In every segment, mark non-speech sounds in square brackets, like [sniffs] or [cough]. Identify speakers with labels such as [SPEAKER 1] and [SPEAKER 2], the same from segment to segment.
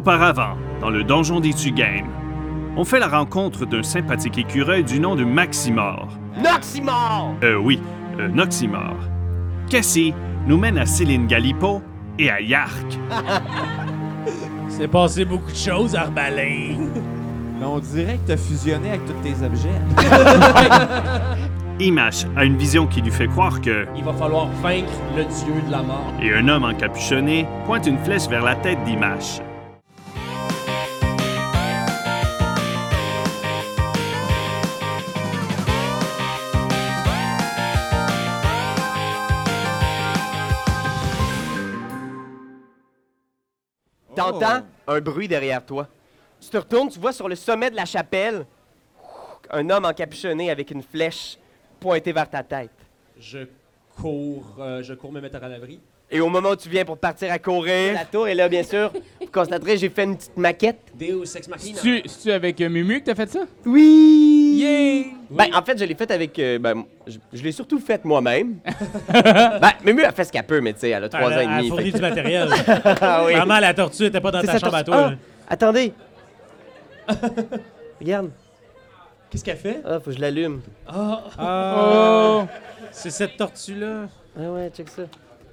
[SPEAKER 1] Auparavant, dans le donjon des Tugames, on fait la rencontre d'un sympathique écureuil du nom de Maximor.
[SPEAKER 2] Noximor!
[SPEAKER 1] Euh oui, un oxymore. Cassie nous mène à Céline Galipo et à Yark.
[SPEAKER 3] C'est passé beaucoup de choses,
[SPEAKER 4] [laughs]
[SPEAKER 3] Arbalin.
[SPEAKER 4] Mais Ben, on dirait que t'as fusionné avec tous tes objets.
[SPEAKER 1] Image a une vision qui lui fait croire que
[SPEAKER 3] Il va falloir vaincre le dieu de la mort.
[SPEAKER 1] et un homme encapuchonné pointe une flèche vers la tête d'Image.
[SPEAKER 2] T'entends un bruit derrière toi. Tu te retournes, tu vois sur le sommet de la chapelle un homme encapuchonné avec une flèche pointée vers ta tête.
[SPEAKER 3] Je cours, euh, je cours me mettre à l'abri.
[SPEAKER 2] Et au moment où tu viens pour partir à courir, la tour est là, bien sûr. Vous constaterez, j'ai fait une petite maquette.
[SPEAKER 3] Deus Ex Machina.
[SPEAKER 5] Tu, tu avec euh, Mumu que t'as fait ça?
[SPEAKER 2] Oui!
[SPEAKER 5] Yeah!
[SPEAKER 2] Ben, en fait, je l'ai faite avec. euh, ben, je, je l'ai surtout faite [laughs] moi-même. ben, Mému a fait ce qu'elle peut, mais tu sais, elle a trois ans et
[SPEAKER 3] Elle a
[SPEAKER 2] demi.
[SPEAKER 3] fourni
[SPEAKER 2] fait que-
[SPEAKER 3] du matériel.
[SPEAKER 2] Ah oui.
[SPEAKER 3] Vraiment, la tortue était pas dans
[SPEAKER 2] C'est
[SPEAKER 3] ta
[SPEAKER 2] sa
[SPEAKER 3] chambre à
[SPEAKER 2] tortue.
[SPEAKER 3] toi. hein.
[SPEAKER 2] Ah,
[SPEAKER 3] là.
[SPEAKER 2] [laughs] Attendez! Regarde,
[SPEAKER 3] Qu'est-ce qu'elle fait?
[SPEAKER 2] ah, faut que je l'allume.
[SPEAKER 3] Ah,
[SPEAKER 5] Oh!
[SPEAKER 3] c'est cette tortue-là
[SPEAKER 2] Ah ouais, check ça.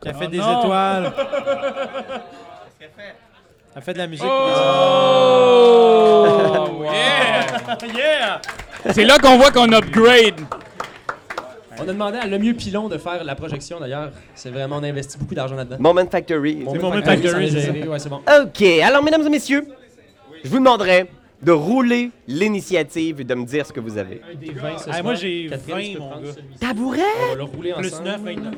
[SPEAKER 3] qui a
[SPEAKER 5] Oh
[SPEAKER 3] fait des
[SPEAKER 5] non.
[SPEAKER 3] étoiles. Qu'est-ce qu'elle fait? Elle fait de la musique.
[SPEAKER 5] Oh! Yeah!
[SPEAKER 3] Yeah!
[SPEAKER 5] C'est là qu'on voit qu'on upgrade.
[SPEAKER 6] On a demandé à Lemieux Pilon de faire la projection d'ailleurs. C'est vraiment, on investit beaucoup d'argent là-dedans.
[SPEAKER 2] Moment Factory.
[SPEAKER 3] mon
[SPEAKER 6] Moment
[SPEAKER 3] Moment Factory,
[SPEAKER 6] ça,
[SPEAKER 3] j'ai-
[SPEAKER 6] c'est- Ouais, c'est bon.
[SPEAKER 2] OK. Alors, mesdames et messieurs, je vous demanderai de rouler l'initiative et de me dire ce que vous avez.
[SPEAKER 6] Un des 20 ce
[SPEAKER 3] Ah,
[SPEAKER 6] soir.
[SPEAKER 3] moi, j'ai
[SPEAKER 6] Catherine, tu
[SPEAKER 3] 20,
[SPEAKER 6] peux
[SPEAKER 3] mon
[SPEAKER 6] prendre
[SPEAKER 3] gars.
[SPEAKER 6] celui-ci.
[SPEAKER 2] Tabouret?
[SPEAKER 6] On va le rouler
[SPEAKER 3] Plus
[SPEAKER 6] ensemble.
[SPEAKER 3] 9, 29.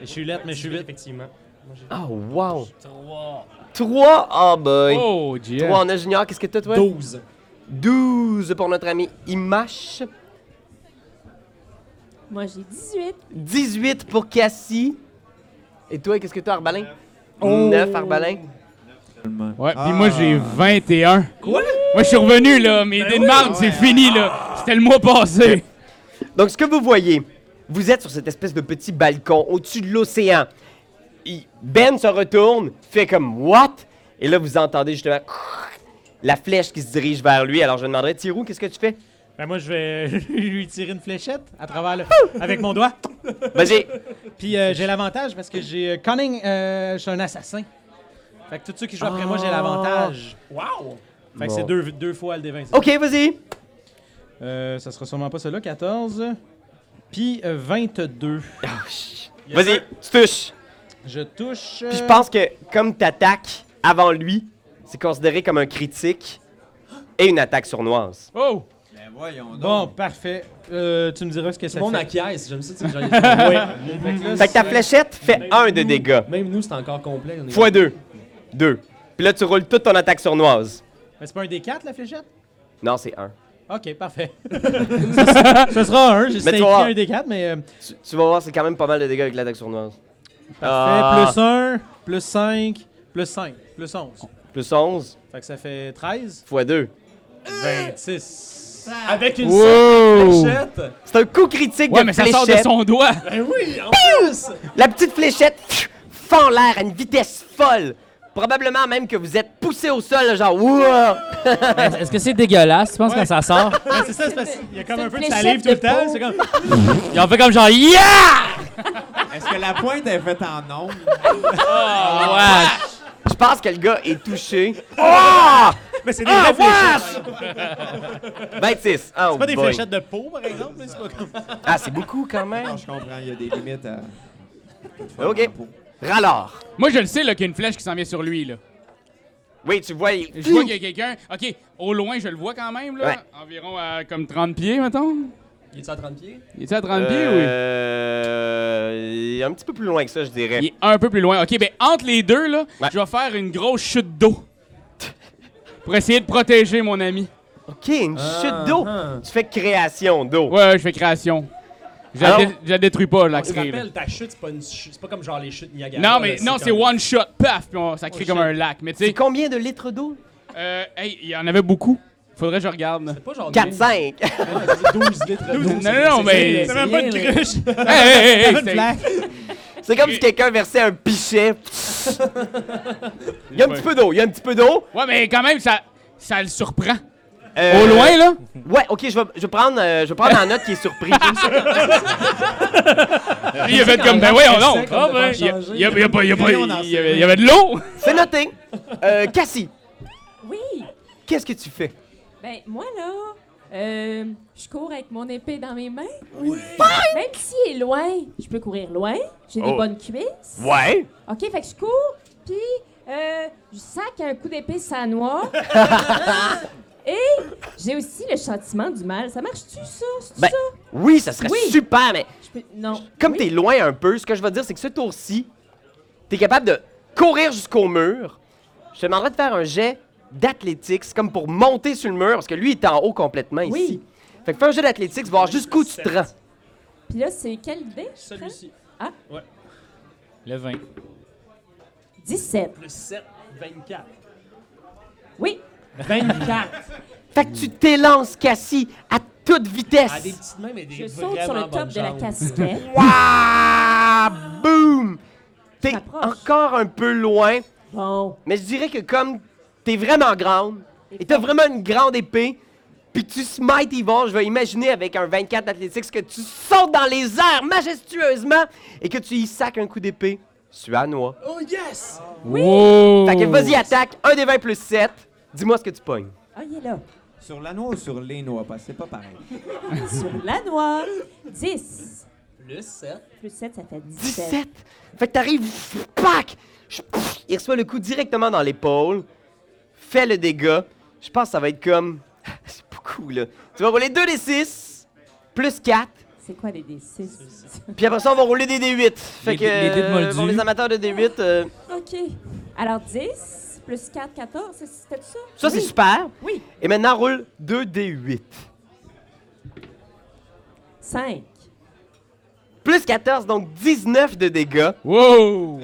[SPEAKER 3] Je suis lettre, mais je suis vite.
[SPEAKER 6] Effectivement.
[SPEAKER 2] Oh, wow. Trois. Oh, boy.
[SPEAKER 5] Oh,
[SPEAKER 2] Trois,
[SPEAKER 5] yeah!
[SPEAKER 2] on a Junior. Qu'est-ce que t'as, toi?
[SPEAKER 6] 12.
[SPEAKER 2] 12 pour notre ami Imash.
[SPEAKER 7] Moi, j'ai 18.
[SPEAKER 2] 18 pour Cassie. Et toi, qu'est-ce que t'as, Arbalin? 9, Arbalin.
[SPEAKER 5] Ouais, puis moi j'ai
[SPEAKER 2] Ah.
[SPEAKER 5] 21. Quoi? Moi je suis revenu là, mes
[SPEAKER 8] Ben
[SPEAKER 5] dés de marde, c'est fini
[SPEAKER 8] Ah.
[SPEAKER 5] là. C'était le mois passé.
[SPEAKER 2] Donc, ce que vous voyez, vous êtes sur cette espèce de petit balcon au-dessus de l'océan. Il- Ben se retourne, fait comme What? Et là, vous entendez justement [sniffs] la flèche qui se dirige vers lui. Alors, je demanderais, Tirou, qu'est-ce que tu fais?
[SPEAKER 3] Ben moi, je vais [laughs] lui tirer une fléchette à travers le... avec mon doigt.
[SPEAKER 2] Vas-y.
[SPEAKER 3] Puis euh, j'ai l'avantage parce que j'ai euh, cunning, euh, je suis un assassin. Fait que tous ceux qui jouent après moi, j'ai l'avantage.
[SPEAKER 2] Ah!
[SPEAKER 6] Wow!
[SPEAKER 3] Fait que c'est deux, deux fois le D20.
[SPEAKER 2] OK, vas-y.
[SPEAKER 3] Euh, ça sera sûrement pas celui-là, 14. Puis euh, 22.
[SPEAKER 2] Vas-y, tu touches.
[SPEAKER 3] Je touche. euh,
[SPEAKER 2] Puis je pense que comme t'attaques avant lui, c'est considéré comme un critique et une attaque sournoise.
[SPEAKER 5] Oh!
[SPEAKER 4] Ben voyons donc.
[SPEAKER 3] Bon, parfait. Euh, tu me diras ce que ça
[SPEAKER 6] Mon
[SPEAKER 3] fait.
[SPEAKER 6] acquiesce, j'aime ça. tu sais, genre, [laughs] il-
[SPEAKER 3] Fait que là,
[SPEAKER 2] Fait que ta
[SPEAKER 3] c'est-
[SPEAKER 2] fléchette fait 1 de dégâts.
[SPEAKER 6] Même nous, c'est encore complet. on est-
[SPEAKER 2] Fois 2. 2. Puis là, tu roules toute ton attaque sournoise.
[SPEAKER 3] Mais c'est pas un D4, la fléchette?
[SPEAKER 2] Non, c'est 1.
[SPEAKER 3] Ok,
[SPEAKER 2] [laughs]
[SPEAKER 3] parfait. ce, ce sera un. J'ai
[SPEAKER 2] Mais tu
[SPEAKER 3] écrit
[SPEAKER 2] vas-
[SPEAKER 3] un D4, mais. euh,
[SPEAKER 2] Tu, tu vas voir, c'est quand même pas mal de dégâts avec l'attaque sournoise.
[SPEAKER 3] Fait
[SPEAKER 2] Ah,
[SPEAKER 3] plus 1, plus 5, plus 5, plus 11.
[SPEAKER 2] plus 11,
[SPEAKER 3] Fait que ça fait 13,
[SPEAKER 2] fois 2.
[SPEAKER 3] 26.
[SPEAKER 6] Avec une
[SPEAKER 5] Wow!
[SPEAKER 6] fléchette!
[SPEAKER 2] C'est un coup critique
[SPEAKER 5] Ouais,
[SPEAKER 2] de
[SPEAKER 5] mais ça
[SPEAKER 2] fléchette.
[SPEAKER 5] sort de son doigt.
[SPEAKER 6] Ben oui, en plus!
[SPEAKER 2] La petite fléchette pfiou, fend l'air à une vitesse folle. Probablement même que vous êtes poussé au sol, là, genre Wouah!
[SPEAKER 8] Est-ce que c'est dégueulasse? Tu penses
[SPEAKER 3] Ouais.
[SPEAKER 8] quand ça sort?
[SPEAKER 5] [laughs]
[SPEAKER 7] Ah,
[SPEAKER 3] Ouais, c'est ça, c'est parce qu'il y a comme un peu de
[SPEAKER 7] fléchette
[SPEAKER 3] salive
[SPEAKER 7] de
[SPEAKER 3] tout le temps.
[SPEAKER 7] peau.
[SPEAKER 3] C'est comme.
[SPEAKER 8] Ils ont fait comme genre Yeah!
[SPEAKER 4] Est-ce que la pointe est faite en ongle?
[SPEAKER 8] Ah, Ouais!
[SPEAKER 2] Je pense que le gars est touché. Ah!
[SPEAKER 3] Mais c'est des
[SPEAKER 2] Ah,
[SPEAKER 3] vraies fléchettes.
[SPEAKER 2] wesh! 26. Oh,
[SPEAKER 3] C'est pas des
[SPEAKER 2] boy.
[SPEAKER 3] fléchettes de peau, par exemple. mais C'est pas comme.
[SPEAKER 2] Ah, c'est beaucoup quand même.
[SPEAKER 4] Non, je comprends, il y a des limites à.
[SPEAKER 2] Ok. Ralors.
[SPEAKER 5] Moi je le sais là qu'il y a une flèche qui s'en vient sur lui là.
[SPEAKER 2] Oui, tu vois, il...
[SPEAKER 5] Je vois qu'il y a quelqu'un. Ok, au loin je le vois quand même là.
[SPEAKER 2] Ouais.
[SPEAKER 5] Environ à comme 30 pieds mettons.
[SPEAKER 6] Il est à 30 pieds?
[SPEAKER 5] Il est à 30 pieds oui?
[SPEAKER 2] Euh... Un petit peu plus loin que ça, je dirais.
[SPEAKER 5] Il est un peu plus loin. OK, ben entre les deux, là,
[SPEAKER 2] Ouais.
[SPEAKER 5] je vais faire une grosse chute d'eau. Pour essayer de protéger mon ami.
[SPEAKER 2] Ok, une
[SPEAKER 5] Ah,
[SPEAKER 2] chute d'eau. Tu fais création d'eau.
[SPEAKER 5] Ouais, ouais, je fais création. Je la,
[SPEAKER 2] Alors-
[SPEAKER 5] dé- je la détruis pas, la
[SPEAKER 6] On se
[SPEAKER 5] crée. là.
[SPEAKER 6] rappelle, ta chute, c'est pas, une chute- c'est pas comme genre les chutes Niagara.
[SPEAKER 5] Non,
[SPEAKER 6] là,
[SPEAKER 5] mais non, c'est
[SPEAKER 6] comme-
[SPEAKER 5] one shot, paf, puis on- ça crée
[SPEAKER 6] Oh,
[SPEAKER 5] comme
[SPEAKER 6] shit.
[SPEAKER 5] un lac. Mais tu
[SPEAKER 2] C'est
[SPEAKER 5] sais,
[SPEAKER 2] combien de litres d'eau?
[SPEAKER 5] euh, hey, il y en avait beaucoup. Faudrait que je regarde. là. [laughs]
[SPEAKER 6] C'est pas genre
[SPEAKER 2] 4-5.
[SPEAKER 7] [laughs]
[SPEAKER 6] Ouais, c'est 12 litres d'eau.
[SPEAKER 5] Non, non, non, mais-
[SPEAKER 3] C'est même pas une
[SPEAKER 6] rien, là.
[SPEAKER 3] cruche.
[SPEAKER 5] Hey, hey, hey, hey,
[SPEAKER 3] Une
[SPEAKER 5] c'est-
[SPEAKER 3] blague.
[SPEAKER 2] C'est comme si quelqu'un versait un pichet. il y a un petit peu d'eau, il y a un petit peu d'eau.
[SPEAKER 5] Ouais, mais quand même, ça, ça le surprend.
[SPEAKER 2] Euh,
[SPEAKER 5] Au loin, là.
[SPEAKER 2] Ouais, ok, je vais, je vais prendre, euh, je vais prendre en note qui est
[SPEAKER 7] [laughs]
[SPEAKER 2] surpris.
[SPEAKER 5] Il a fait comme, ben
[SPEAKER 6] quand
[SPEAKER 5] ouais,
[SPEAKER 6] on
[SPEAKER 5] non.
[SPEAKER 6] sait qu'on
[SPEAKER 5] Ah,
[SPEAKER 6] peut
[SPEAKER 5] ben,
[SPEAKER 6] pas
[SPEAKER 5] il y a-
[SPEAKER 6] changer.
[SPEAKER 5] il y a- il y a pas- il y a pas-
[SPEAKER 6] Voyons dans
[SPEAKER 5] il y avait- il y avait de l'eau.
[SPEAKER 2] C'est noté. Euh, Cassie,
[SPEAKER 7] Oui!
[SPEAKER 2] qu'est-ce que tu fais?
[SPEAKER 7] Ben, moi, là, euh, je cours avec mon épée dans mes mains. Même s'il est loin, je peux courir loin. J'ai des
[SPEAKER 2] Oh.
[SPEAKER 7] bonnes cuisses.
[SPEAKER 2] Ouais.
[SPEAKER 7] OK, fait que je cours, puis euh, je sac un coup d'épée
[SPEAKER 2] [laughs]
[SPEAKER 7] sans noix. Et j'ai aussi le sentiment du mal. Ça marche-tu, ça? C'est-tu
[SPEAKER 2] Ben-
[SPEAKER 7] ça?
[SPEAKER 2] Oui, ça serait
[SPEAKER 7] Oui.
[SPEAKER 2] super, mais
[SPEAKER 7] Je peux... Non.
[SPEAKER 2] comme
[SPEAKER 7] Oui.
[SPEAKER 2] t'es loin un peu, ce que je vais te dire, c'est que ce tour-ci, t'es capable de courir jusqu'au mur. Je te demanderais de faire un jet d'athlétique, c'est comme pour monter sur le mur, parce que lui, il est en haut complètement
[SPEAKER 7] Oui.
[SPEAKER 2] ici. Fait que fais un jet d'athlétique, voir jusqu'où tu te rends.
[SPEAKER 7] Puis là, c'est quelle idée? je
[SPEAKER 6] Celui-ci.
[SPEAKER 5] Le vin.
[SPEAKER 7] prends? 17.
[SPEAKER 6] Le 7, 24.
[SPEAKER 7] Oui.
[SPEAKER 6] 24!
[SPEAKER 2] Fait que tu t'élances, Cassie, à toute vitesse.
[SPEAKER 6] ah, des petites mains, mais des
[SPEAKER 7] Je
[SPEAKER 6] vraiment
[SPEAKER 7] saute sur le top
[SPEAKER 6] bonnes
[SPEAKER 7] de la
[SPEAKER 6] jambes.
[SPEAKER 7] casquette.
[SPEAKER 2] Ouah! Boom! T'es
[SPEAKER 7] T'approches.
[SPEAKER 2] encore un peu loin,
[SPEAKER 7] Bon.
[SPEAKER 2] mais je dirais que comme t'es vraiment grande, et t'as vraiment une grande épée, puis que tu smites Yvon, je vais imaginer avec un 24 d'athlétique que tu sautes dans les airs majestueusement et que tu y sacs un coup d'épée. Suanois.
[SPEAKER 6] Oh yes!
[SPEAKER 5] Wow.
[SPEAKER 2] Fait que vas-y, attaque, un des 20 plus 7. Dis-moi ce que tu pognes.
[SPEAKER 7] Ah, il est là.
[SPEAKER 4] Sur la noix ou sur les noix, parce que c'est pas pareil.
[SPEAKER 7] Sur la noix. 10.
[SPEAKER 6] Le 7.
[SPEAKER 7] Plus 7, ça fait 17.
[SPEAKER 2] 17! Fait que t'arrives, pff, pac! Je- pff, Il reçoit le coup directement dans l'épaule. Fais le dégât. Je pense que ça va être comme. [laughs] C'est beaucoup, là. Tu vas rouler 2 des 6, plus 4,
[SPEAKER 7] C'est quoi les D6?
[SPEAKER 2] puis après ça, on va rouler des D8. Fait
[SPEAKER 8] Les
[SPEAKER 2] que.
[SPEAKER 8] dés- les dés de
[SPEAKER 2] euh,
[SPEAKER 8] Moldu.
[SPEAKER 2] pour les amateurs de D8, euh,
[SPEAKER 7] OK. Alors 10 plus 4, 14. c'est- C'était ça?
[SPEAKER 2] ça, c'est super.
[SPEAKER 7] Oui.
[SPEAKER 2] Et maintenant, roule 2 D8.
[SPEAKER 7] 5.
[SPEAKER 2] Plus 14, donc 19 de dégâts.
[SPEAKER 5] Wow.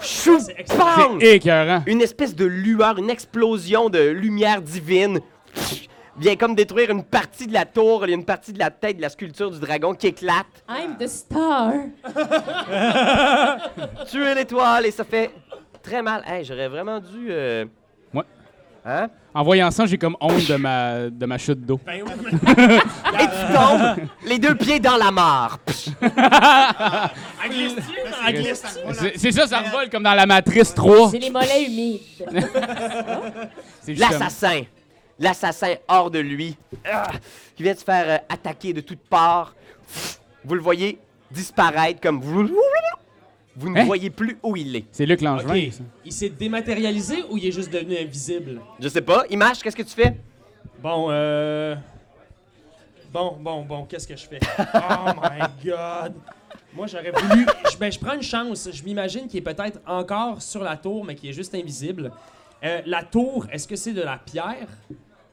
[SPEAKER 2] Chou! Pound!
[SPEAKER 5] C'est écœurant.
[SPEAKER 2] une espèce de lueur, une explosion de lumière divine pff, vient comme détruire une partie de la tour, il y a une partie de la tête de la sculpture du dragon qui éclate.
[SPEAKER 7] I'm the star.
[SPEAKER 2] Tuer l'étoile et ça fait très mal. Hey, j'aurais vraiment dû. euh,
[SPEAKER 5] Ouais.
[SPEAKER 2] Hein?
[SPEAKER 5] En voyant ça, j'ai comme honte de ma, de ma chute d'eau.
[SPEAKER 6] Ben,
[SPEAKER 2] Et tu tombes les deux pieds dans la mare. Pff,
[SPEAKER 5] C'est c'est ça, ça revole comme dans la matrice 3.
[SPEAKER 7] J'ai les
[SPEAKER 2] [laughs]
[SPEAKER 7] mollets humides.
[SPEAKER 5] C'est juste comme-
[SPEAKER 2] L'assassin. L'assassin hors de lui. ah, qui vient de se faire euh, attaquer de toutes parts. Pff, Vous le voyez disparaître comme. Vous ne
[SPEAKER 5] Hein?
[SPEAKER 2] voyez plus où il est.
[SPEAKER 5] C'est Luc Langevin.
[SPEAKER 6] Ok.
[SPEAKER 5] ça.
[SPEAKER 6] Il s'est dématérialisé ou il est juste devenu invisible?
[SPEAKER 2] Je sais pas. Image, qu'est-ce que tu fais?
[SPEAKER 6] Bon, euh. Bon, bon, bon, qu'est-ce que je [laughs] fais? Oh my god! Moi, j'aurais voulu. Je, ben, je prends une chance. Je m'imagine qu'il est peut-être encore sur la tour, mais qui est juste invisible. Euh, la tour, est-ce que c'est de la pierre?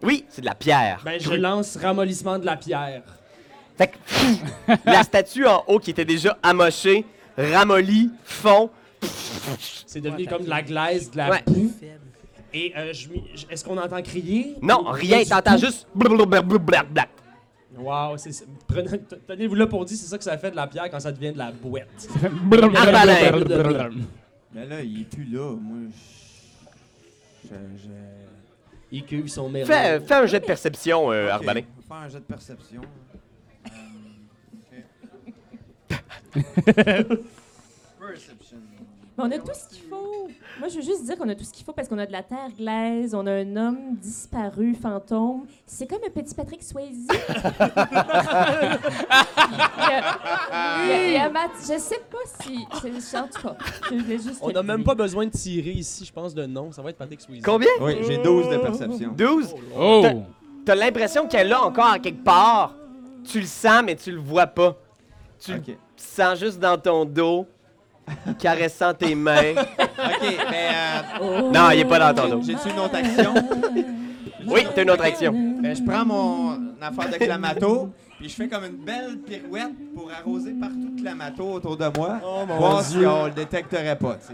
[SPEAKER 2] Oui, c'est de la pierre.
[SPEAKER 6] Ben, je
[SPEAKER 2] Crue.
[SPEAKER 6] lance ramollissement de la pierre.
[SPEAKER 2] Fait que, pfff, la statue en haut qui était déjà amochée, ramollie, fond.
[SPEAKER 6] C'est devenu comme de la glaise, de la
[SPEAKER 2] Ouais.
[SPEAKER 6] boue. Et euh, je m'y- je- est-ce qu'on entend crier?
[SPEAKER 2] Non,
[SPEAKER 6] Ou-
[SPEAKER 2] rien, t'entends juste. blablabla.
[SPEAKER 6] Wow, c'est ça. Prenez- t- tenez-vous là pour dire, c'est ça que ça fait de la pierre quand ça devient de la bouette.
[SPEAKER 4] Mais là, il est plus là. Moi, je. Je. je...
[SPEAKER 6] Il cuve son merveille.
[SPEAKER 7] euh,
[SPEAKER 2] Fais, fais un jet de perception, euh,
[SPEAKER 4] Ok,
[SPEAKER 2] Arbalin.
[SPEAKER 4] on va Faire un jet de perception. Euh, ok. Perception.
[SPEAKER 7] Mais on a tout ce qu'il faut. Moi, je veux juste dire qu'on a tout ce qu'il faut parce qu'on a de la terre glaise, on a un homme disparu, fantôme. C'est comme un petit Patrick
[SPEAKER 2] [laughs]
[SPEAKER 7] Swayze. Il y a- il y a- il y a Matt- je sais pas si. c'est- En tout cas, je voulais juste.
[SPEAKER 6] On
[SPEAKER 7] le
[SPEAKER 6] n'a même
[SPEAKER 7] dire.
[SPEAKER 6] pas besoin de tirer ici, je pense, de nom. Ça va être Patrick Swayze.
[SPEAKER 2] Combien?
[SPEAKER 4] Oui, j'ai 12 de perception.
[SPEAKER 2] 12.
[SPEAKER 5] Oh!
[SPEAKER 2] T'as l'impression qu'elle est là encore à quelque part. Tu le sens, mais tu le vois pas. Tu le
[SPEAKER 4] Ok.
[SPEAKER 2] sens juste dans ton dos, caressant tes mains.
[SPEAKER 4] Ok, mais. euh,
[SPEAKER 2] Non, il est pas dans ton dos.
[SPEAKER 4] J'ai-tu une autre action?
[SPEAKER 2] Oui, t'as une autre action.
[SPEAKER 4] Ben, je prends mon affaire de clamato, puis je fais comme une belle pirouette pour arroser partout de clamato autour de moi. voir si on le détecterait pas, tu sais.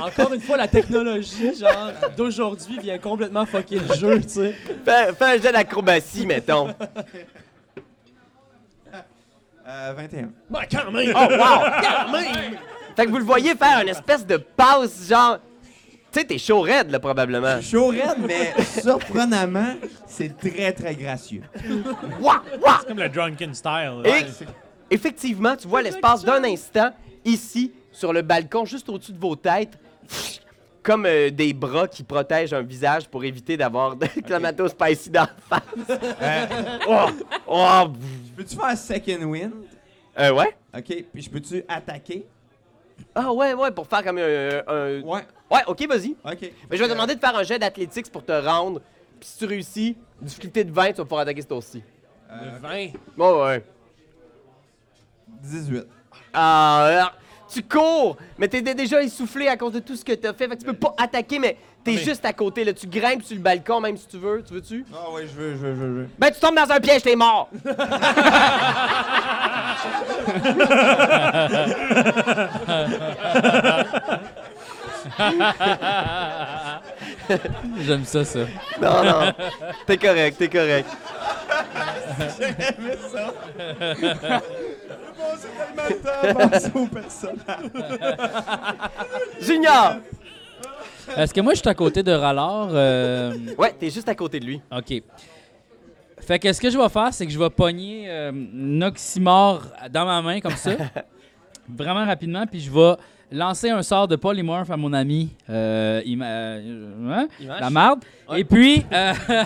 [SPEAKER 6] Encore une fois, la technologie, genre, d'aujourd'hui vient complètement fucker le jeu, tu sais.
[SPEAKER 2] Fais, fais un jet d'acrobatie, mettons.
[SPEAKER 4] Euh, 21.
[SPEAKER 6] Ben, quand même!
[SPEAKER 2] Oh, wow! Fait que vous le voyez faire une espèce de passe, genre. Tu sais, t'es chaud raide, là, probablement.
[SPEAKER 4] Chaud raide, mais surprenamment, c'est très, très gracieux.
[SPEAKER 2] Wouah! Wouah!
[SPEAKER 9] Comme le drunken style.
[SPEAKER 2] Et effectivement, tu vois l'espace d'un instant, ici, sur le balcon, juste au-dessus de vos têtes, comme euh, des bras qui protègent un visage pour éviter d'avoir de clamato spicy dans la face. oh! Oh!
[SPEAKER 4] Peux-tu faire second wind?
[SPEAKER 2] Euh, ouais?
[SPEAKER 4] OK, puis je peux-tu attaquer?
[SPEAKER 2] Ah, ouais, ouais, pour faire comme euh, un.
[SPEAKER 4] Ouais.
[SPEAKER 2] Ouais, ok, vas-y.
[SPEAKER 4] OK.
[SPEAKER 2] Mais je vais te demander de faire un jet d'athlétiques pour te rendre. Puis si tu réussis, difficulté de 20, tu vas pouvoir attaquer ce tour-ci.
[SPEAKER 6] 20.
[SPEAKER 2] Bon, ouais.
[SPEAKER 4] 18.
[SPEAKER 2] Ah, alors, tu cours, mais t'es dé- déjà essoufflé à cause de tout ce que t'as fait. Fait que tu peux pas attaquer, mais
[SPEAKER 6] Ah,
[SPEAKER 2] t'es juste à côté. Là, tu grimpes sur le balcon, même si tu veux. Tu veux-tu?
[SPEAKER 4] Ah ouais, je veux, je veux, je veux. je veux.
[SPEAKER 2] Ben, tu tombes dans un piège, t'es
[SPEAKER 6] [laughs]
[SPEAKER 2] mort!
[SPEAKER 8] J'aime ça, ça.
[SPEAKER 2] Non, non. T'es correct, t'es correct.
[SPEAKER 4] Pensez aux personnes.
[SPEAKER 2] Junior!
[SPEAKER 8] Est-ce que moi, je suis à côté de Rallard? euh,
[SPEAKER 2] Ouais, t'es juste à côté de lui.
[SPEAKER 8] OK. Fait que ce que je vais faire, c'est que je vais pogner euh, Noxymore dans ma main, comme [laughs] ça, vraiment rapidement, puis je vais lancer un sort de polymorph à mon ami euh, Ima- euh, hein? la marde. Et puis, euh, [laughs]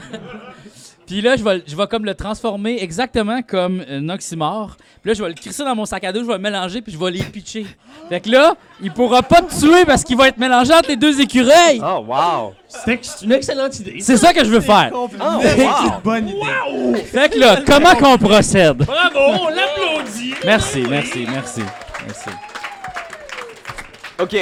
[SPEAKER 8] puis là, je vais, je vais comme le transformer exactement comme euh, Noxymore. Puis là, je vais le crisser dans mon sac à dos, je vais le mélanger, puis je vais les pitcher. Fait que là, il pourra pas te tuer parce qu'il va être mélangé entre les deux écureuils.
[SPEAKER 2] Oh, wow!
[SPEAKER 6] C'est c'est une excellente idée.
[SPEAKER 8] C'est ça que je veux faire.
[SPEAKER 2] Oh, wow!
[SPEAKER 4] Bonne idée.
[SPEAKER 8] Fait que là, comment qu'on procède?
[SPEAKER 6] Bravo, on l'applaudit.
[SPEAKER 8] Merci, merci, merci. Merci.
[SPEAKER 2] OK.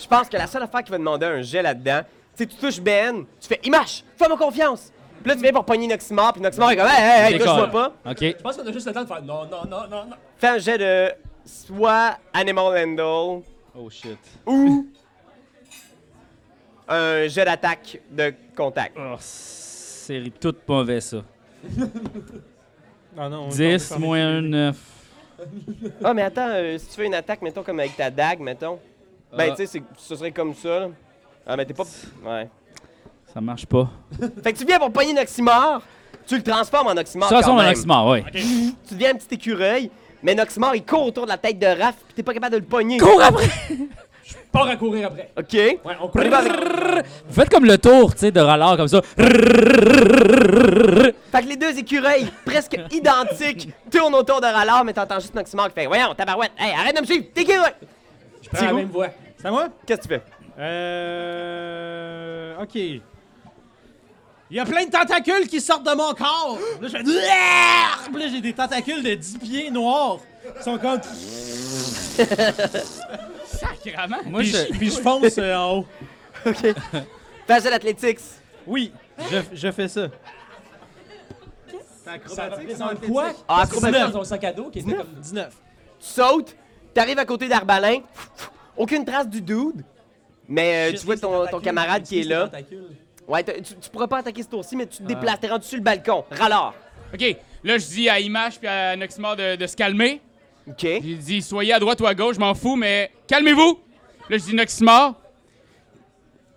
[SPEAKER 2] Je pense que la seule affaire qui va demander un jet là-dedans, c'est tu touches Ben, tu fais « Image, fais-moi confiance! » Puis là, tu viens pour pogner Noxymore, puis Noxymore est comme « Hey, hey, hey,
[SPEAKER 8] Décolle.
[SPEAKER 2] touche-moi pas!
[SPEAKER 8] OK.
[SPEAKER 6] Je pense qu'on a juste le temps de faire non, non, non, non, non. »
[SPEAKER 2] Fais un jet de soit Animal Handle
[SPEAKER 8] Oh shit.
[SPEAKER 2] ou un jet d'attaque de contact.
[SPEAKER 8] Oh, c'est tout mauvais ça.
[SPEAKER 9] [laughs] Ah non, on-
[SPEAKER 8] 10
[SPEAKER 9] on-
[SPEAKER 8] moins 1, 9.
[SPEAKER 2] Ah, mais attends, euh, si tu fais une attaque, mettons, comme avec ta dague, mettons, ben,
[SPEAKER 8] Ah.
[SPEAKER 2] tu sais, c'est- ce serait comme ça, là. Ah, mais t'es pas... Ouais.
[SPEAKER 8] Ça marche pas.
[SPEAKER 2] Fait que tu viens pour pogner Noxymore, tu le transformes en Noxymore
[SPEAKER 8] Ça, toute
[SPEAKER 2] quand
[SPEAKER 8] façon,
[SPEAKER 2] même.
[SPEAKER 8] Noxymore, oui.
[SPEAKER 2] tu deviens un petit écureuil, mais Noxymore, il court autour de la tête de Raph, puis t'es pas capable de le pogner.
[SPEAKER 8] Cours après!
[SPEAKER 6] Pars à courir après.
[SPEAKER 2] OK? Ouais,
[SPEAKER 6] Ouais, on
[SPEAKER 2] on y
[SPEAKER 6] court.
[SPEAKER 2] va avec-
[SPEAKER 8] Vous faites comme le tour, tu sais, de rallard comme ça.
[SPEAKER 2] Fait que les deux écureuils, presque [laughs] identiques, tournent autour de Rallard, mais t'entends juste Noxymore qui fait « Voyons, tabarouette, hey, arrête de me suivre, t'es écureuil!
[SPEAKER 6] Je prends la même voie.
[SPEAKER 9] C'est à moi? »
[SPEAKER 2] Qu'est-ce que tu fais?
[SPEAKER 9] Euh. Ok.
[SPEAKER 3] Il y a plein de tentacules qui sortent de mon corps. Là, je fais. Puis là, j'ai des tentacules de 10 pieds noirs. Ils sont comme.
[SPEAKER 8] Moi,
[SPEAKER 9] Puis
[SPEAKER 8] je.
[SPEAKER 9] je, puis je fonce euh, en haut.
[SPEAKER 2] Fais un jet d'athlétiques.
[SPEAKER 9] Oui, je, je fais ça.
[SPEAKER 6] Ça représente quoi?
[SPEAKER 2] Ah,
[SPEAKER 6] C'est
[SPEAKER 2] acrobatique.
[SPEAKER 6] dans ton sac à dos qui était comme 19.
[SPEAKER 2] Tu sautes, t'arrives à côté d'Arbalin, aucune trace du dude, mais euh, tu vois ton, ton camarade qui est là. Ouais, t'as- tu, tu pourras pas attaquer ce tour-ci, mais tu te
[SPEAKER 6] Ah.
[SPEAKER 2] déplaces, t'es rendu sur le balcon. Rallard!
[SPEAKER 5] OK, là, je dis à Image puis à Noxymore de, de se calmer.
[SPEAKER 2] OK?
[SPEAKER 5] J'ai dit, soyez à droite ou à gauche, je m'en fous, mais calmez-vous. Là, je dis, Noxymore,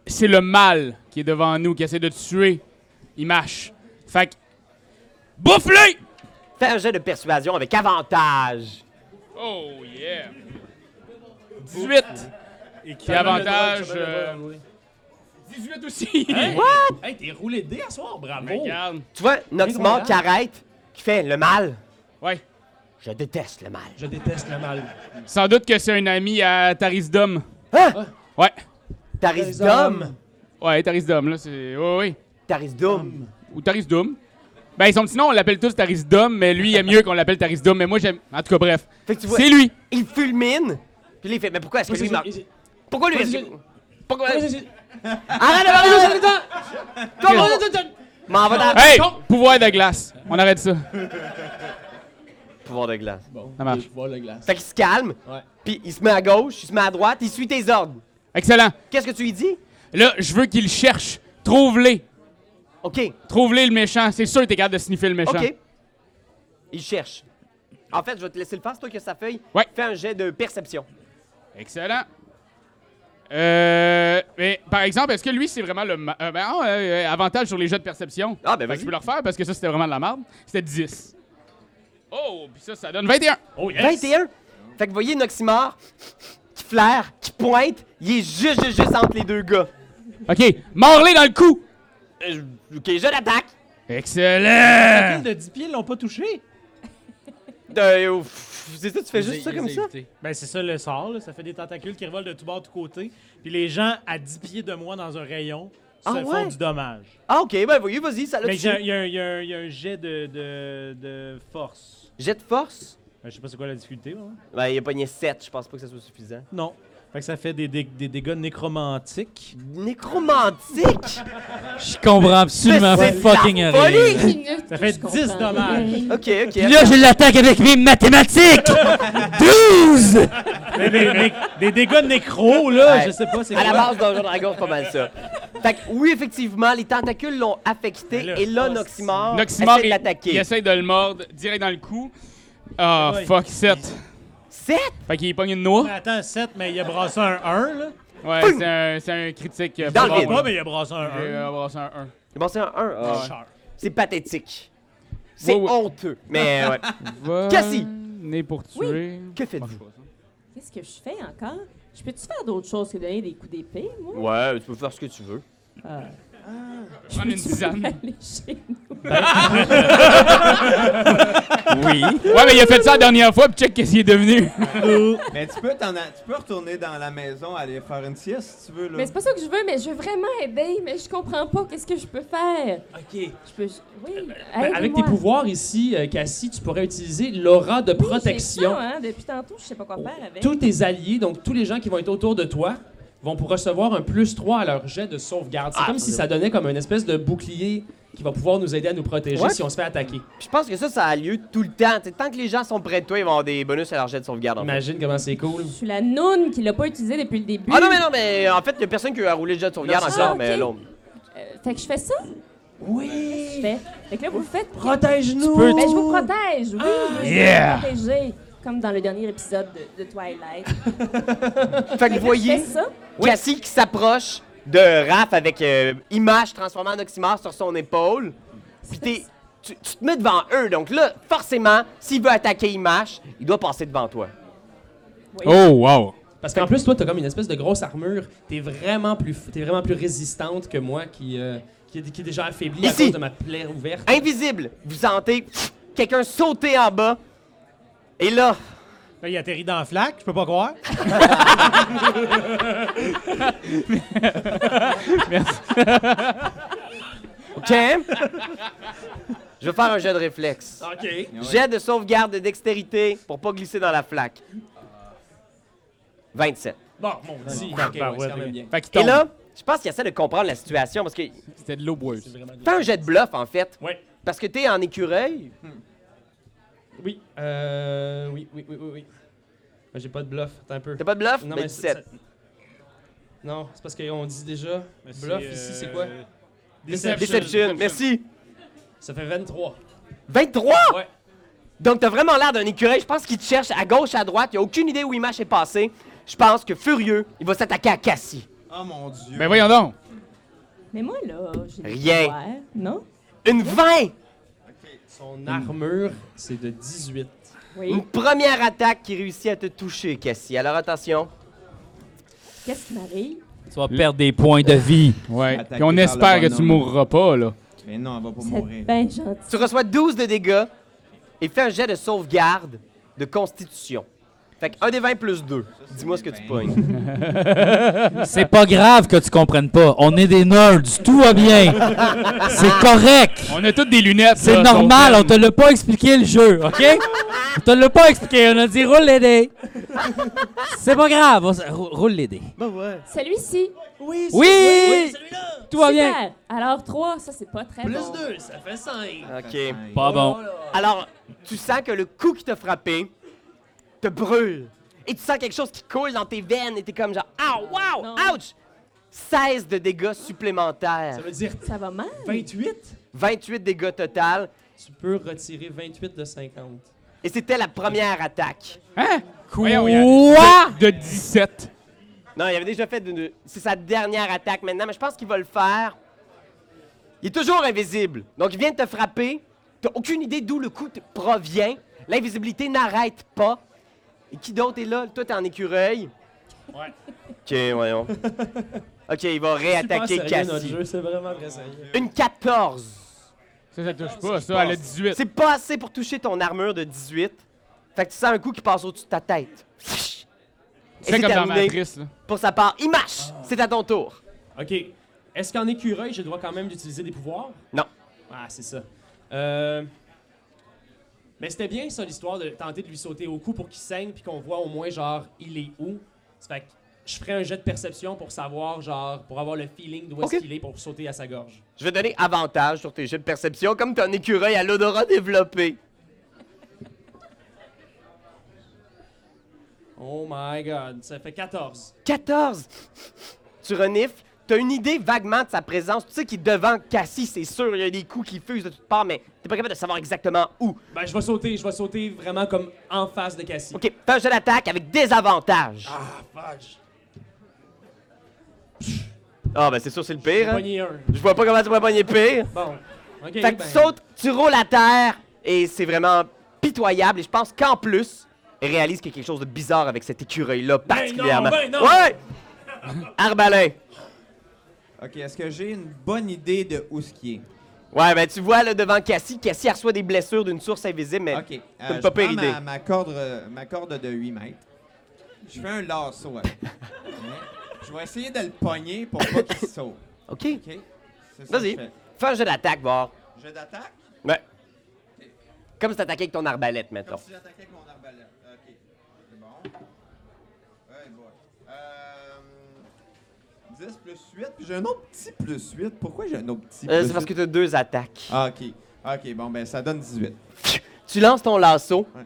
[SPEAKER 5] c'est le mal qui est devant nous, qui essaie de tuer Image. Fait que, bouffe-le!
[SPEAKER 2] Fais un jet de persuasion avec avantage.
[SPEAKER 5] Oh, yeah! 18!
[SPEAKER 9] Et qui
[SPEAKER 5] Puis avantage, euh, 18 aussi!
[SPEAKER 9] Hein?
[SPEAKER 6] Hey, t'es roulé de dés à soir, bravo.
[SPEAKER 5] Mais [laughs] Regarde.
[SPEAKER 2] Tu vois, Noxmore
[SPEAKER 6] Incroyable.
[SPEAKER 2] qui arrête, qui fait le mal.
[SPEAKER 5] Ouais.
[SPEAKER 2] Je déteste le mal.
[SPEAKER 6] Je déteste le mal.
[SPEAKER 5] Sans doute que c'est un ami à Tarisdom.
[SPEAKER 2] Hein?
[SPEAKER 5] Ouais.
[SPEAKER 2] Tarisdom.
[SPEAKER 5] Ouais, Tarisdom, là, c'est. Ouais, ouais.
[SPEAKER 2] Tarisdom.
[SPEAKER 5] Ou Tarisdom. Ben, son petit nom, on l'appelle tous Tarisdom, mais lui, il aime mieux qu'on l'appelle Tarisdom. Mais moi, j'aime. En tout cas, bref.
[SPEAKER 2] Fait que tu vois,
[SPEAKER 5] C'est lui!
[SPEAKER 2] il fulmine. Puis là, il fait, mais pourquoi est-ce que lui meurt? Pourquoi lui? est-ce que- Pourquoi? Arrête de parler! Toi, mon- M'en va dans le
[SPEAKER 5] Hey! Pouvoir de glace. On arrête ça.
[SPEAKER 2] pouvoir de glace.
[SPEAKER 5] Ça marche.
[SPEAKER 6] Voilà, glace.
[SPEAKER 2] Fait qu'il se calme,
[SPEAKER 6] Ouais.
[SPEAKER 2] puis il se met à gauche, il se met à droite, il suit tes ordres.
[SPEAKER 5] Excellent.
[SPEAKER 2] Qu'est-ce que tu lui dis?
[SPEAKER 5] Là, je veux qu'il cherche. Trouve-les.
[SPEAKER 2] OK,
[SPEAKER 5] Trouve-les le méchant. C'est sûr que t'es capable de sniffer le méchant.
[SPEAKER 2] OK. Il cherche. En fait, je vais te laisser le faire, c'est toi qui as sa feuille.
[SPEAKER 5] Ouais.
[SPEAKER 2] Fais un jet de perception.
[SPEAKER 5] Excellent. Euh, mais par exemple, est-ce que lui, c'est vraiment le. ma- euh, ben, ah, euh, euh, avantage sur les jeux de perception.
[SPEAKER 2] Ah, ben
[SPEAKER 5] Fait que
[SPEAKER 2] vas-y.
[SPEAKER 5] je peux le refaire parce que ça, c'était vraiment de la merde. C'était 10. Oh, puis ça, ça donne 21.
[SPEAKER 9] Oh, yes!
[SPEAKER 2] 21. Fait que vous voyez Noxymore qui flaire, qui pointe, il est juste, juste, juste entre les deux gars.
[SPEAKER 5] OK, mort-les dans le cou.
[SPEAKER 2] Euh, ok, je l'attaque.
[SPEAKER 3] Quel
[SPEAKER 5] Excellent.
[SPEAKER 3] de 10 pieds l'ont pas touché?
[SPEAKER 2] Euh, pff, c'est ça, tu fais juste ça comme ça?
[SPEAKER 9] Ben, c'est ça le sort, là. Ça fait des tentacules qui revolent de tout bord, de tout côté. Puis les gens à 10 pieds de moi dans un rayon se
[SPEAKER 2] Ah ouais?
[SPEAKER 9] font du dommage.
[SPEAKER 2] Ah, ok, ben voyez, vas-y, ça l'a
[SPEAKER 9] Mais il y, a-
[SPEAKER 2] tué.
[SPEAKER 9] il y a un- il y a un- il y a un jet de, de, de force.
[SPEAKER 2] Jet de force?
[SPEAKER 9] Ben, je sais pas c'est quoi la difficulté. moi.
[SPEAKER 2] Ben, il a pogné 7, je pense pas que ça soit suffisant.
[SPEAKER 9] Non. Fait que ça fait des, dé- des dégâts nécromantiques.
[SPEAKER 2] Nécromantique!
[SPEAKER 8] Je comprends absolument
[SPEAKER 2] Mais c'est
[SPEAKER 8] fucking
[SPEAKER 2] la folie!
[SPEAKER 8] rien.
[SPEAKER 7] Cinq minutes,
[SPEAKER 9] Ça fait
[SPEAKER 7] je
[SPEAKER 9] 10
[SPEAKER 7] comprends.
[SPEAKER 2] [laughs]
[SPEAKER 9] dommages.
[SPEAKER 2] ok, ok.
[SPEAKER 8] Puis là, je l'attaque avec mes mathématiques! 12!
[SPEAKER 9] Mais des, des- des dégâts nécro, là,
[SPEAKER 2] Ouais.
[SPEAKER 9] je sais pas c'est
[SPEAKER 2] À
[SPEAKER 9] quoi.
[SPEAKER 2] la base, Donjon Dragon, c'est pas mal ça. Fait que, oui, effectivement, les tentacules l'ont affecté
[SPEAKER 9] Mais là,
[SPEAKER 2] et là,
[SPEAKER 9] oh,
[SPEAKER 2] Noxymore essaie Ah,
[SPEAKER 5] Noxymore,
[SPEAKER 2] de
[SPEAKER 5] il, il
[SPEAKER 2] l'attaquer.
[SPEAKER 5] essaie de le mordre direct dans le cou. Ah,
[SPEAKER 9] Ouais.
[SPEAKER 5] fuck, 7.
[SPEAKER 2] 7?
[SPEAKER 5] Fait qu'il pogne une noix.
[SPEAKER 9] Mais Attends, 7, mais il a brassé un 1, là.
[SPEAKER 5] Ouais, c'est un, c'est un critique. euh,
[SPEAKER 2] Dans
[SPEAKER 5] pour
[SPEAKER 2] le vide.
[SPEAKER 5] moi.
[SPEAKER 9] Ouais, Ah, mais il a brassé un 1.
[SPEAKER 5] J'ai euh, brassé un 1.
[SPEAKER 2] J'ai pensé à un 1.
[SPEAKER 9] Sharp.
[SPEAKER 2] C'est pathétique. C'est
[SPEAKER 5] Ouais, ouais.
[SPEAKER 2] honteux.
[SPEAKER 9] [laughs]
[SPEAKER 2] Mais ouais. Cassie.
[SPEAKER 5] Cassie! Né pour tuer.
[SPEAKER 2] Que faites-vous?
[SPEAKER 7] Qu'est-ce que je fais encore? Je peux-tu faire d'autres choses que donner des coups d'épée, moi? Ah.
[SPEAKER 2] Ouais, tu peux faire ce que tu veux.
[SPEAKER 6] Ah.
[SPEAKER 5] Je prends une tisane.
[SPEAKER 7] Aller chez nous.
[SPEAKER 2] Oui.
[SPEAKER 5] Ouais, mais il a fait ça la dernière fois, puis check qu'est-ce qu'il est devenu.
[SPEAKER 4] [laughs] Mais tu peux, t'en a- tu peux retourner dans la maison, aller faire une sieste si tu veux. Là.
[SPEAKER 7] Mais c'est pas ça que je veux, mais je veux vraiment aider, mais je comprends pas qu'est-ce que je peux faire.
[SPEAKER 6] OK.
[SPEAKER 7] Je peux. Oui.
[SPEAKER 6] Ben, avec tes
[SPEAKER 7] aide-moi.
[SPEAKER 6] pouvoirs ici, euh, Cassie, tu pourrais utiliser l'aura de
[SPEAKER 7] Oui, j'ai
[SPEAKER 6] protection.
[SPEAKER 7] ça, hein, Depuis tantôt, je sais pas quoi faire avec.
[SPEAKER 6] Tous tes alliés, donc tous les gens qui vont être autour de toi, vont pour recevoir un plus 3 à leur jet de sauvegarde. C'est comme si ça donnait comme une espèce de bouclier qui va pouvoir nous aider à nous protéger
[SPEAKER 2] Ouais.
[SPEAKER 6] si on se fait attaquer.
[SPEAKER 2] Je pense que ça, ça a lieu tout le temps. T'sais, tant que les gens sont près de toi, ils vont avoir des bonus à leur jet de sauvegarde. en fait.
[SPEAKER 6] Imagine comment c'est cool.
[SPEAKER 7] Je suis la noune qui l'a pas utilisé depuis le début.
[SPEAKER 2] Ah non, mais non, mais en fait, il y a personne qui a roulé le jet de sauvegarde
[SPEAKER 6] Non, c'est
[SPEAKER 2] encore,
[SPEAKER 7] ça.
[SPEAKER 2] mais
[SPEAKER 7] Ah,
[SPEAKER 2] non.
[SPEAKER 7] ok. Euh, fait que je fais ça. Je
[SPEAKER 6] Oui!
[SPEAKER 7] fais. Fait que là, vous le faites.
[SPEAKER 6] Protège-nous!
[SPEAKER 7] Mais je vous protège, oui. je veux
[SPEAKER 5] Yeah.
[SPEAKER 7] vous protéger. Comme dans le dernier épisode de, de Twilight.
[SPEAKER 2] Fait que vous
[SPEAKER 7] [laughs] Je fais
[SPEAKER 2] voyez,
[SPEAKER 7] ça.
[SPEAKER 2] Cassie qui s'approche de Raph avec euh, Image transformée en Oxymore sur son épaule. Puis t'es- tu, tu te mets devant eux. Donc là, forcément, s'il veut attaquer Image, il doit passer devant toi.
[SPEAKER 5] Oh, wow.
[SPEAKER 6] Parce qu'en plus, toi, t'as comme une espèce de grosse armure. T'es vraiment plus, t'es vraiment plus résistante que moi qui, euh, qui, est- qui est déjà affaiblie à
[SPEAKER 2] Ici.
[SPEAKER 6] cause de ma plaie ouverte.
[SPEAKER 2] Invisible, vous sentez pff, quelqu'un sauter en bas. Et là,
[SPEAKER 9] Là, Ben, il atterrit dans la flaque, je peux pas croire.
[SPEAKER 2] Euh, OK? Je vais faire un jet de réflexe.
[SPEAKER 6] Ah, OK.
[SPEAKER 2] Jet de sauvegarde de dextérité pour pas glisser dans la flaque. 27.
[SPEAKER 6] Bon, mon dieu.
[SPEAKER 9] Bon,
[SPEAKER 6] OK,
[SPEAKER 9] bah, ouais,
[SPEAKER 6] ouais, c'est quand
[SPEAKER 9] ouais.
[SPEAKER 6] même bien.
[SPEAKER 5] Fait qu'il
[SPEAKER 2] Et
[SPEAKER 5] tombe.
[SPEAKER 2] là, je pense qu'il essaie de comprendre la situation parce que
[SPEAKER 5] C'était de l'eau boyeuse.
[SPEAKER 2] fais un jet de bluff en fait.
[SPEAKER 6] Ouais.
[SPEAKER 2] Parce que t'es en écureuil.
[SPEAKER 6] Oui. Euh, oui, oui, oui, oui, oui. Ben, J'ai pas de bluff. Attends un peu.
[SPEAKER 2] T'as pas de bluff?
[SPEAKER 6] Non,
[SPEAKER 2] Ben,
[SPEAKER 6] mais c'est-
[SPEAKER 2] 17.
[SPEAKER 6] ça- Non, c'est parce qu'on dit déjà.
[SPEAKER 9] Mais c'est,
[SPEAKER 6] Bluff
[SPEAKER 9] euh,
[SPEAKER 6] ici, c'est quoi?
[SPEAKER 5] Déception.
[SPEAKER 2] Deception, merci.
[SPEAKER 6] Ça fait 23.
[SPEAKER 2] 23?
[SPEAKER 6] Ouais.
[SPEAKER 2] Donc t'as vraiment l'air d'un écureuil. Je pense qu'il te cherche à gauche, à droite. Il a aucune idée où Image est passé. Je pense que furieux, il va s'attaquer à Cassie.
[SPEAKER 4] Oh mon dieu.
[SPEAKER 5] Ben voyons donc.
[SPEAKER 7] Mais moi, là, j'ai des
[SPEAKER 2] Rien.
[SPEAKER 7] pouvoirs, Non?
[SPEAKER 2] Une 20!
[SPEAKER 6] Son armure, c'est de 18.
[SPEAKER 7] Oui.
[SPEAKER 2] Une première attaque qui réussit à te toucher, Cassie. Alors attention.
[SPEAKER 7] Qu'est-ce qui m'arrive?
[SPEAKER 8] Tu vas perdre des points de vie.
[SPEAKER 5] Ouais.
[SPEAKER 4] Attaqué
[SPEAKER 5] Puis on
[SPEAKER 4] par le
[SPEAKER 5] espère que tu
[SPEAKER 4] bonhomme.
[SPEAKER 5] mourras pas, là.
[SPEAKER 4] Mais non, elle va pas
[SPEAKER 7] Vous êtes
[SPEAKER 4] mourir.
[SPEAKER 7] bien gentil.
[SPEAKER 2] Tu reçois 12 de dégâts et fais un jet de sauvegarde de constitution. Fait que 1 des 20 plus 2. Dis-moi ce que tu
[SPEAKER 4] des
[SPEAKER 2] pognes.
[SPEAKER 8] C'est pas grave que tu comprennes pas. On est des nerds. Tout va bien. C'est correct.
[SPEAKER 5] On a toutes des lunettes.
[SPEAKER 8] C'est
[SPEAKER 5] là,
[SPEAKER 8] normal. On
[SPEAKER 5] sauf
[SPEAKER 8] te l'a pas expliqué le jeu, OK? On te l'a pas expliqué. On a dit roule les dés. C'est pas grave. on s- rou- Roule les dés.
[SPEAKER 7] Celui-ci.
[SPEAKER 6] Oui!
[SPEAKER 8] Oui! oui,
[SPEAKER 6] celui-là!
[SPEAKER 8] Tout va bien.
[SPEAKER 7] Super. Alors, 3, ça, c'est pas très bon.
[SPEAKER 6] 2, ça fait 5.
[SPEAKER 2] OK.
[SPEAKER 8] Pas bon.
[SPEAKER 2] Alors, tu sens que le coup qui t'a frappé te brûle. Et tu sens quelque chose qui coule dans tes veines et t'es comme genre Ah,
[SPEAKER 7] Non.
[SPEAKER 2] wow! Ouch! 16 de dégâts supplémentaires.
[SPEAKER 6] Ça veut dire
[SPEAKER 7] Ça va mal?
[SPEAKER 6] 28?
[SPEAKER 2] 28 dégâts total.
[SPEAKER 6] Tu peux retirer 28 de 50.
[SPEAKER 2] Et c'était la première attaque.
[SPEAKER 5] Hein? Voyons, il y a-
[SPEAKER 8] Quoi?
[SPEAKER 5] De 17.
[SPEAKER 2] Non, il avait déjà fait. de- de- C'est sa dernière attaque maintenant, mais je pense qu'il va le faire. Il est toujours invisible. Donc, il vient de te frapper. T'as aucune idée d'où le coup te provient. L'invisibilité n'arrête pas. Et qui d'autre est là? Toi, t'es en écureuil. Ouais. OK, voyons. OK, il va réattaquer
[SPEAKER 6] Super Ah, sérieux, notre
[SPEAKER 2] Cassie.
[SPEAKER 6] jeu, C'est vraiment très sérieux.
[SPEAKER 2] Une 14.
[SPEAKER 5] Ça, ça touche pas, ça, elle a 18.
[SPEAKER 2] C'est pas assez pour toucher ton armure de 18. Fait que tu sens un coup qui passe au-dessus de ta tête. Et
[SPEAKER 5] C'est
[SPEAKER 2] c'est
[SPEAKER 5] comme dans
[SPEAKER 2] terminé.
[SPEAKER 5] Matrice, là.
[SPEAKER 2] Pour sa part, il marche. C'est à ton tour.
[SPEAKER 6] OK. Est-ce qu'en écureuil, je dois quand même utiliser des pouvoirs?
[SPEAKER 2] Non.
[SPEAKER 6] Ah, c'est ça. Euh... Mais c'était bien, ça, l'histoire de tenter de lui sauter au cou pour qu'il saigne puis qu'on voit au moins, genre, il est où. Ça fait que je ferais un jet de perception pour savoir, genre, pour avoir le feeling d'où est-ce
[SPEAKER 2] Ok.
[SPEAKER 6] qu'il est pour sauter à sa gorge.
[SPEAKER 2] Je vais donner avantage sur tes jets de perception, comme t'as un écureuil à l'odorat développé.
[SPEAKER 6] Oh my god, ça fait 14.
[SPEAKER 2] 14! Tu renifles, t'as une idée vaguement de sa présence. Tu sais qu'il est devant Cassie, c'est sûr, il y a des coups qui fusent de toutes parts, mais t'es pas capable de savoir exactement où.
[SPEAKER 6] Ben, je vais sauter, je vais sauter vraiment comme en face de Cassie.
[SPEAKER 2] Ok, fais un jet d'attaque avec des avantages. Ah,
[SPEAKER 6] Fudge.
[SPEAKER 2] ben c'est sûr, c'est le pire. hein.
[SPEAKER 6] Pogné un.
[SPEAKER 2] Je vois pas comment tu pourrais pogner pire.
[SPEAKER 6] Bon. OK,
[SPEAKER 2] Fait que
[SPEAKER 6] ben,
[SPEAKER 2] tu sautes, tu roules à terre, et c'est vraiment pitoyable. Et je pense qu'en plus, il réalise qu'il y a quelque chose de bizarre avec cet écureuil-là, particulièrement.
[SPEAKER 6] ben non!
[SPEAKER 2] Ouais! Arbalin!
[SPEAKER 4] Ok, est-ce que j'ai une bonne idée de où ce qui est?
[SPEAKER 2] Ouais, ben tu vois là devant Cassie, Cassie elle reçoit des blessures d'une source invisible, mais
[SPEAKER 4] Ok. euh,
[SPEAKER 2] T'as
[SPEAKER 4] je
[SPEAKER 2] pas pire
[SPEAKER 4] prends
[SPEAKER 2] idée.
[SPEAKER 4] Ma, ma corde, euh, ma corde de 8 mètres. Je fais un
[SPEAKER 2] [laughs]
[SPEAKER 4] lasso avec. Hein? Je vais essayer de le pogner pour pas qu'il saute.
[SPEAKER 2] ok.
[SPEAKER 4] Ok? C'est ça que
[SPEAKER 2] Vas-y,
[SPEAKER 4] je fais.
[SPEAKER 2] fais un jeu d'attaque, voir.
[SPEAKER 4] Jeu d'attaque?
[SPEAKER 2] Ouais. Comme si t'attaquais avec ton arbalète,
[SPEAKER 4] Comme
[SPEAKER 2] mettons. Euh,
[SPEAKER 4] si j'attaquais avec mon arbalète. Ok. C'est bon. Ouais, boy. Euh, 10 plus 8. Puis j'ai un autre petit plus 8. Pourquoi j'ai un autre petit
[SPEAKER 2] Euh,
[SPEAKER 4] plus
[SPEAKER 2] c'est parce que
[SPEAKER 4] 8?
[SPEAKER 2] t'as deux attaques.
[SPEAKER 4] Ah, ok. Ok, bon, ben ça donne 18.
[SPEAKER 2] Tu lances ton lasso.
[SPEAKER 4] Ouais.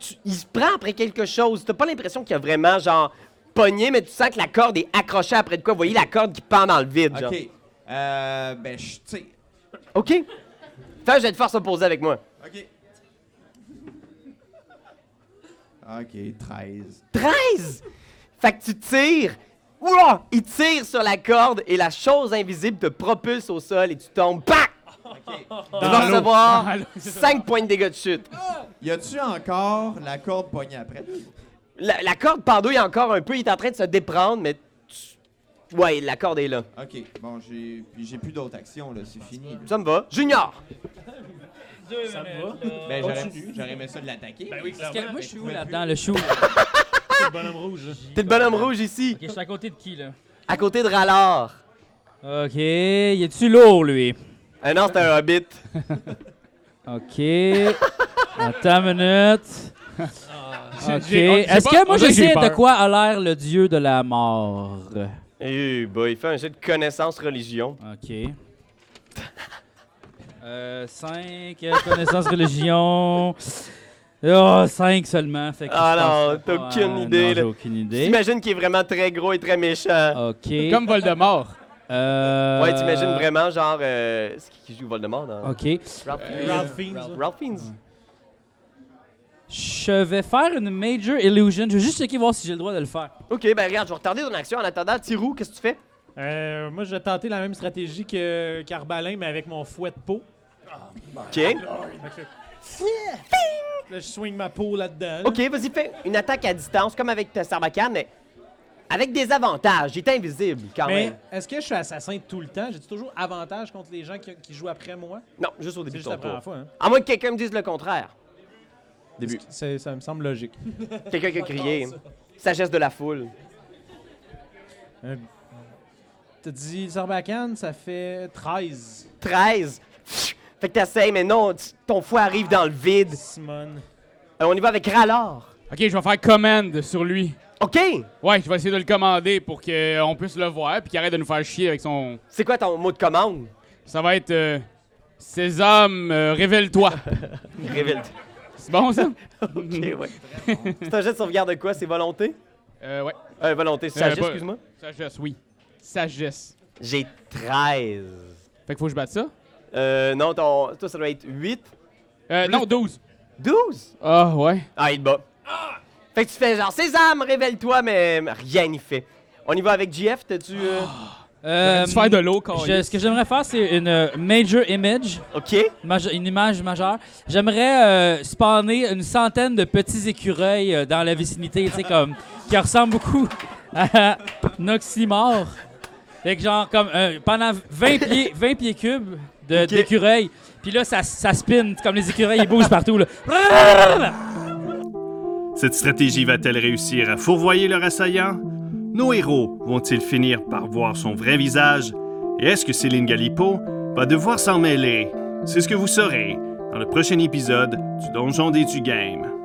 [SPEAKER 2] Tu- il se prend après quelque chose. T'as pas l'impression qu'il a vraiment, genre, pogné, mais tu sens que la corde est accrochée après de quoi. Vous voyez la corde qui pend dans le vide, genre.
[SPEAKER 4] Ok. Euh, ben, je tire.
[SPEAKER 2] OK. Fais un jet de force opposé avec moi.
[SPEAKER 4] Ok. Ok, 13.
[SPEAKER 2] 13! Fait que tu tires. Ouah! Il tire sur la corde et la chose invisible te propulse au sol et tu tombes. Pac! Tu vas recevoir 5 points de dégâts de chute.
[SPEAKER 4] Y a-tu encore la corde poignée après?
[SPEAKER 2] La, la corde pendouille encore un peu, il est en train de se déprendre, mais. tu- Ouais, la corde est là.
[SPEAKER 4] Ok, bon, j'ai puis j'ai plus d'autres actions, là, c'est fini. là.
[SPEAKER 2] Ça me va. Junior!
[SPEAKER 6] Ça me va.
[SPEAKER 4] Ben, j'aurais j'aurais aimé ça de l'attaquer.
[SPEAKER 6] oui,
[SPEAKER 8] Parce que moi, je suis où
[SPEAKER 4] mais-
[SPEAKER 8] là-dedans? Le chou.
[SPEAKER 9] C'est le bonhomme rouge.
[SPEAKER 2] T'es le bonhomme rouge ici,
[SPEAKER 8] Ok, je suis à côté de qui, là?
[SPEAKER 2] à côté de Rallard.
[SPEAKER 8] Ok, il est-tu lourd, lui?
[SPEAKER 2] Ah non, c'est un hobbit.
[SPEAKER 8] Ok. Attends une minute. Ok.
[SPEAKER 5] J'ai- on- j'ai
[SPEAKER 8] Est-ce
[SPEAKER 5] pas-
[SPEAKER 8] que
[SPEAKER 5] on
[SPEAKER 8] moi,
[SPEAKER 5] dirait
[SPEAKER 8] je
[SPEAKER 5] que j'ai
[SPEAKER 8] sais
[SPEAKER 5] peur.
[SPEAKER 8] de quoi a l'air le dieu de la mort?
[SPEAKER 2] Eh, boy, fais un jet de connaissance religion.
[SPEAKER 8] Ok. [laughs] Euh, 5, connaissance religion. Oh, 5 seulement. Fait que
[SPEAKER 2] Ah
[SPEAKER 8] je
[SPEAKER 2] non,
[SPEAKER 8] pense que
[SPEAKER 2] t'as
[SPEAKER 8] pas-
[SPEAKER 2] aucune
[SPEAKER 8] non,
[SPEAKER 2] idée,
[SPEAKER 8] J'ai
[SPEAKER 2] là.
[SPEAKER 8] aucune idée.
[SPEAKER 2] T'imagines qu'il est vraiment très gros et très méchant.
[SPEAKER 8] Ok.
[SPEAKER 5] Comme Voldemort.
[SPEAKER 8] Euh,
[SPEAKER 2] Ouais, t'imagines vraiment, genre, euh, c'est qui qui joue Voldemort dans
[SPEAKER 8] Ok.
[SPEAKER 2] Ralph,
[SPEAKER 9] Ralph Fiennes.
[SPEAKER 2] Ralph Fiennes?
[SPEAKER 8] Je vais faire une major illusion. Je vais juste checker voir si j'ai le droit de le faire.
[SPEAKER 2] Ok, ben regarde, je vais retarder ton action en attendant. Tirou, qu'est-ce que tu fais?
[SPEAKER 9] Euh, moi, j'ai tenté la même stratégie que Carbalin, mais avec mon fouet de peau.
[SPEAKER 2] Ok.
[SPEAKER 9] Là, je swing ma peau là-dedans.
[SPEAKER 2] Ok, vas-y, fais une attaque à distance, comme avec ta sarbacane, mais avec des avantages. Il est invisible, quand
[SPEAKER 9] Mais
[SPEAKER 2] même.
[SPEAKER 9] est-ce que je suis assassin tout le temps? J'ai toujours avantage contre les gens qui, qui jouent après moi?
[SPEAKER 2] Non, juste au
[SPEAKER 9] C'est
[SPEAKER 2] début de
[SPEAKER 9] juste
[SPEAKER 2] ton
[SPEAKER 9] la
[SPEAKER 2] tour.
[SPEAKER 9] première fois. Hein?
[SPEAKER 2] À moins que quelqu'un me dise le contraire. Début.
[SPEAKER 9] C'est- Ça me semble logique.
[SPEAKER 2] Quelqu'un qui a crié.
[SPEAKER 9] [laughs]
[SPEAKER 2] Sagesse de la foule.
[SPEAKER 9] T'as dit Sarbacane, ça fait 13.
[SPEAKER 2] 13. Fait que t'essayes, mais non, tu- ton foie arrive dans le vide.
[SPEAKER 9] Simone.
[SPEAKER 2] Euh, on y va avec Rallor.
[SPEAKER 5] Ok, je vais faire command sur lui.
[SPEAKER 2] Ok.
[SPEAKER 5] Ouais, je vais essayer de le commander pour qu'on puisse le voir puis qu'il arrête de nous faire chier avec son.
[SPEAKER 2] C'est quoi ton mot de commande?
[SPEAKER 5] Ça va être. euh, Sésame, euh, révèle-toi.
[SPEAKER 2] Révèle.
[SPEAKER 5] C'est bon, ça?
[SPEAKER 2] [laughs] Ok, ouais. C'est un jet de sauvegarde de quoi? C'est volonté?
[SPEAKER 5] Euh, ouais.
[SPEAKER 2] Euh, volonté, sagesse,
[SPEAKER 5] pas-
[SPEAKER 2] excuse-moi.
[SPEAKER 5] Sagesse, oui. Sagesse.
[SPEAKER 2] J'ai 13.
[SPEAKER 5] Fait qu'il faut que je batte ça.
[SPEAKER 2] Euh, non, ton, toi, ça doit être 8.
[SPEAKER 5] Euh, non, 12.
[SPEAKER 2] 12?
[SPEAKER 5] Ah, ouais.
[SPEAKER 2] Ah, il te bat. Fait que tu fais genre, Sésame, révèle-toi, mais rien n'y fait. On y va avec GF, t'as-tu. euh,
[SPEAKER 8] Euh,
[SPEAKER 5] tu fais de l'eau,
[SPEAKER 8] je-
[SPEAKER 5] Carlis.
[SPEAKER 8] ce que j'aimerais faire, c'est une euh, major image,
[SPEAKER 2] Ok?
[SPEAKER 8] maje- une image majeure. J'aimerais euh, spawner une centaine de petits écureuils euh, dans la vicinité, tu sais, comme, qui ressemblent beaucoup à Noxymore. Fait que genre, comme, euh, pendant 20 pieds, 20 pieds cubes de- d'écureuils, puis là, ça, ça spin, comme les écureuils, ils bougent partout, là.
[SPEAKER 1] Cette stratégie va-t-elle réussir à fourvoyer leur assaillant? Nos héros vont-ils finir par voir son vrai visage? Et est-ce que Céline Galipo va devoir s'en mêler? C'est ce que vous saurez dans le prochain épisode du Donjon des Du Game.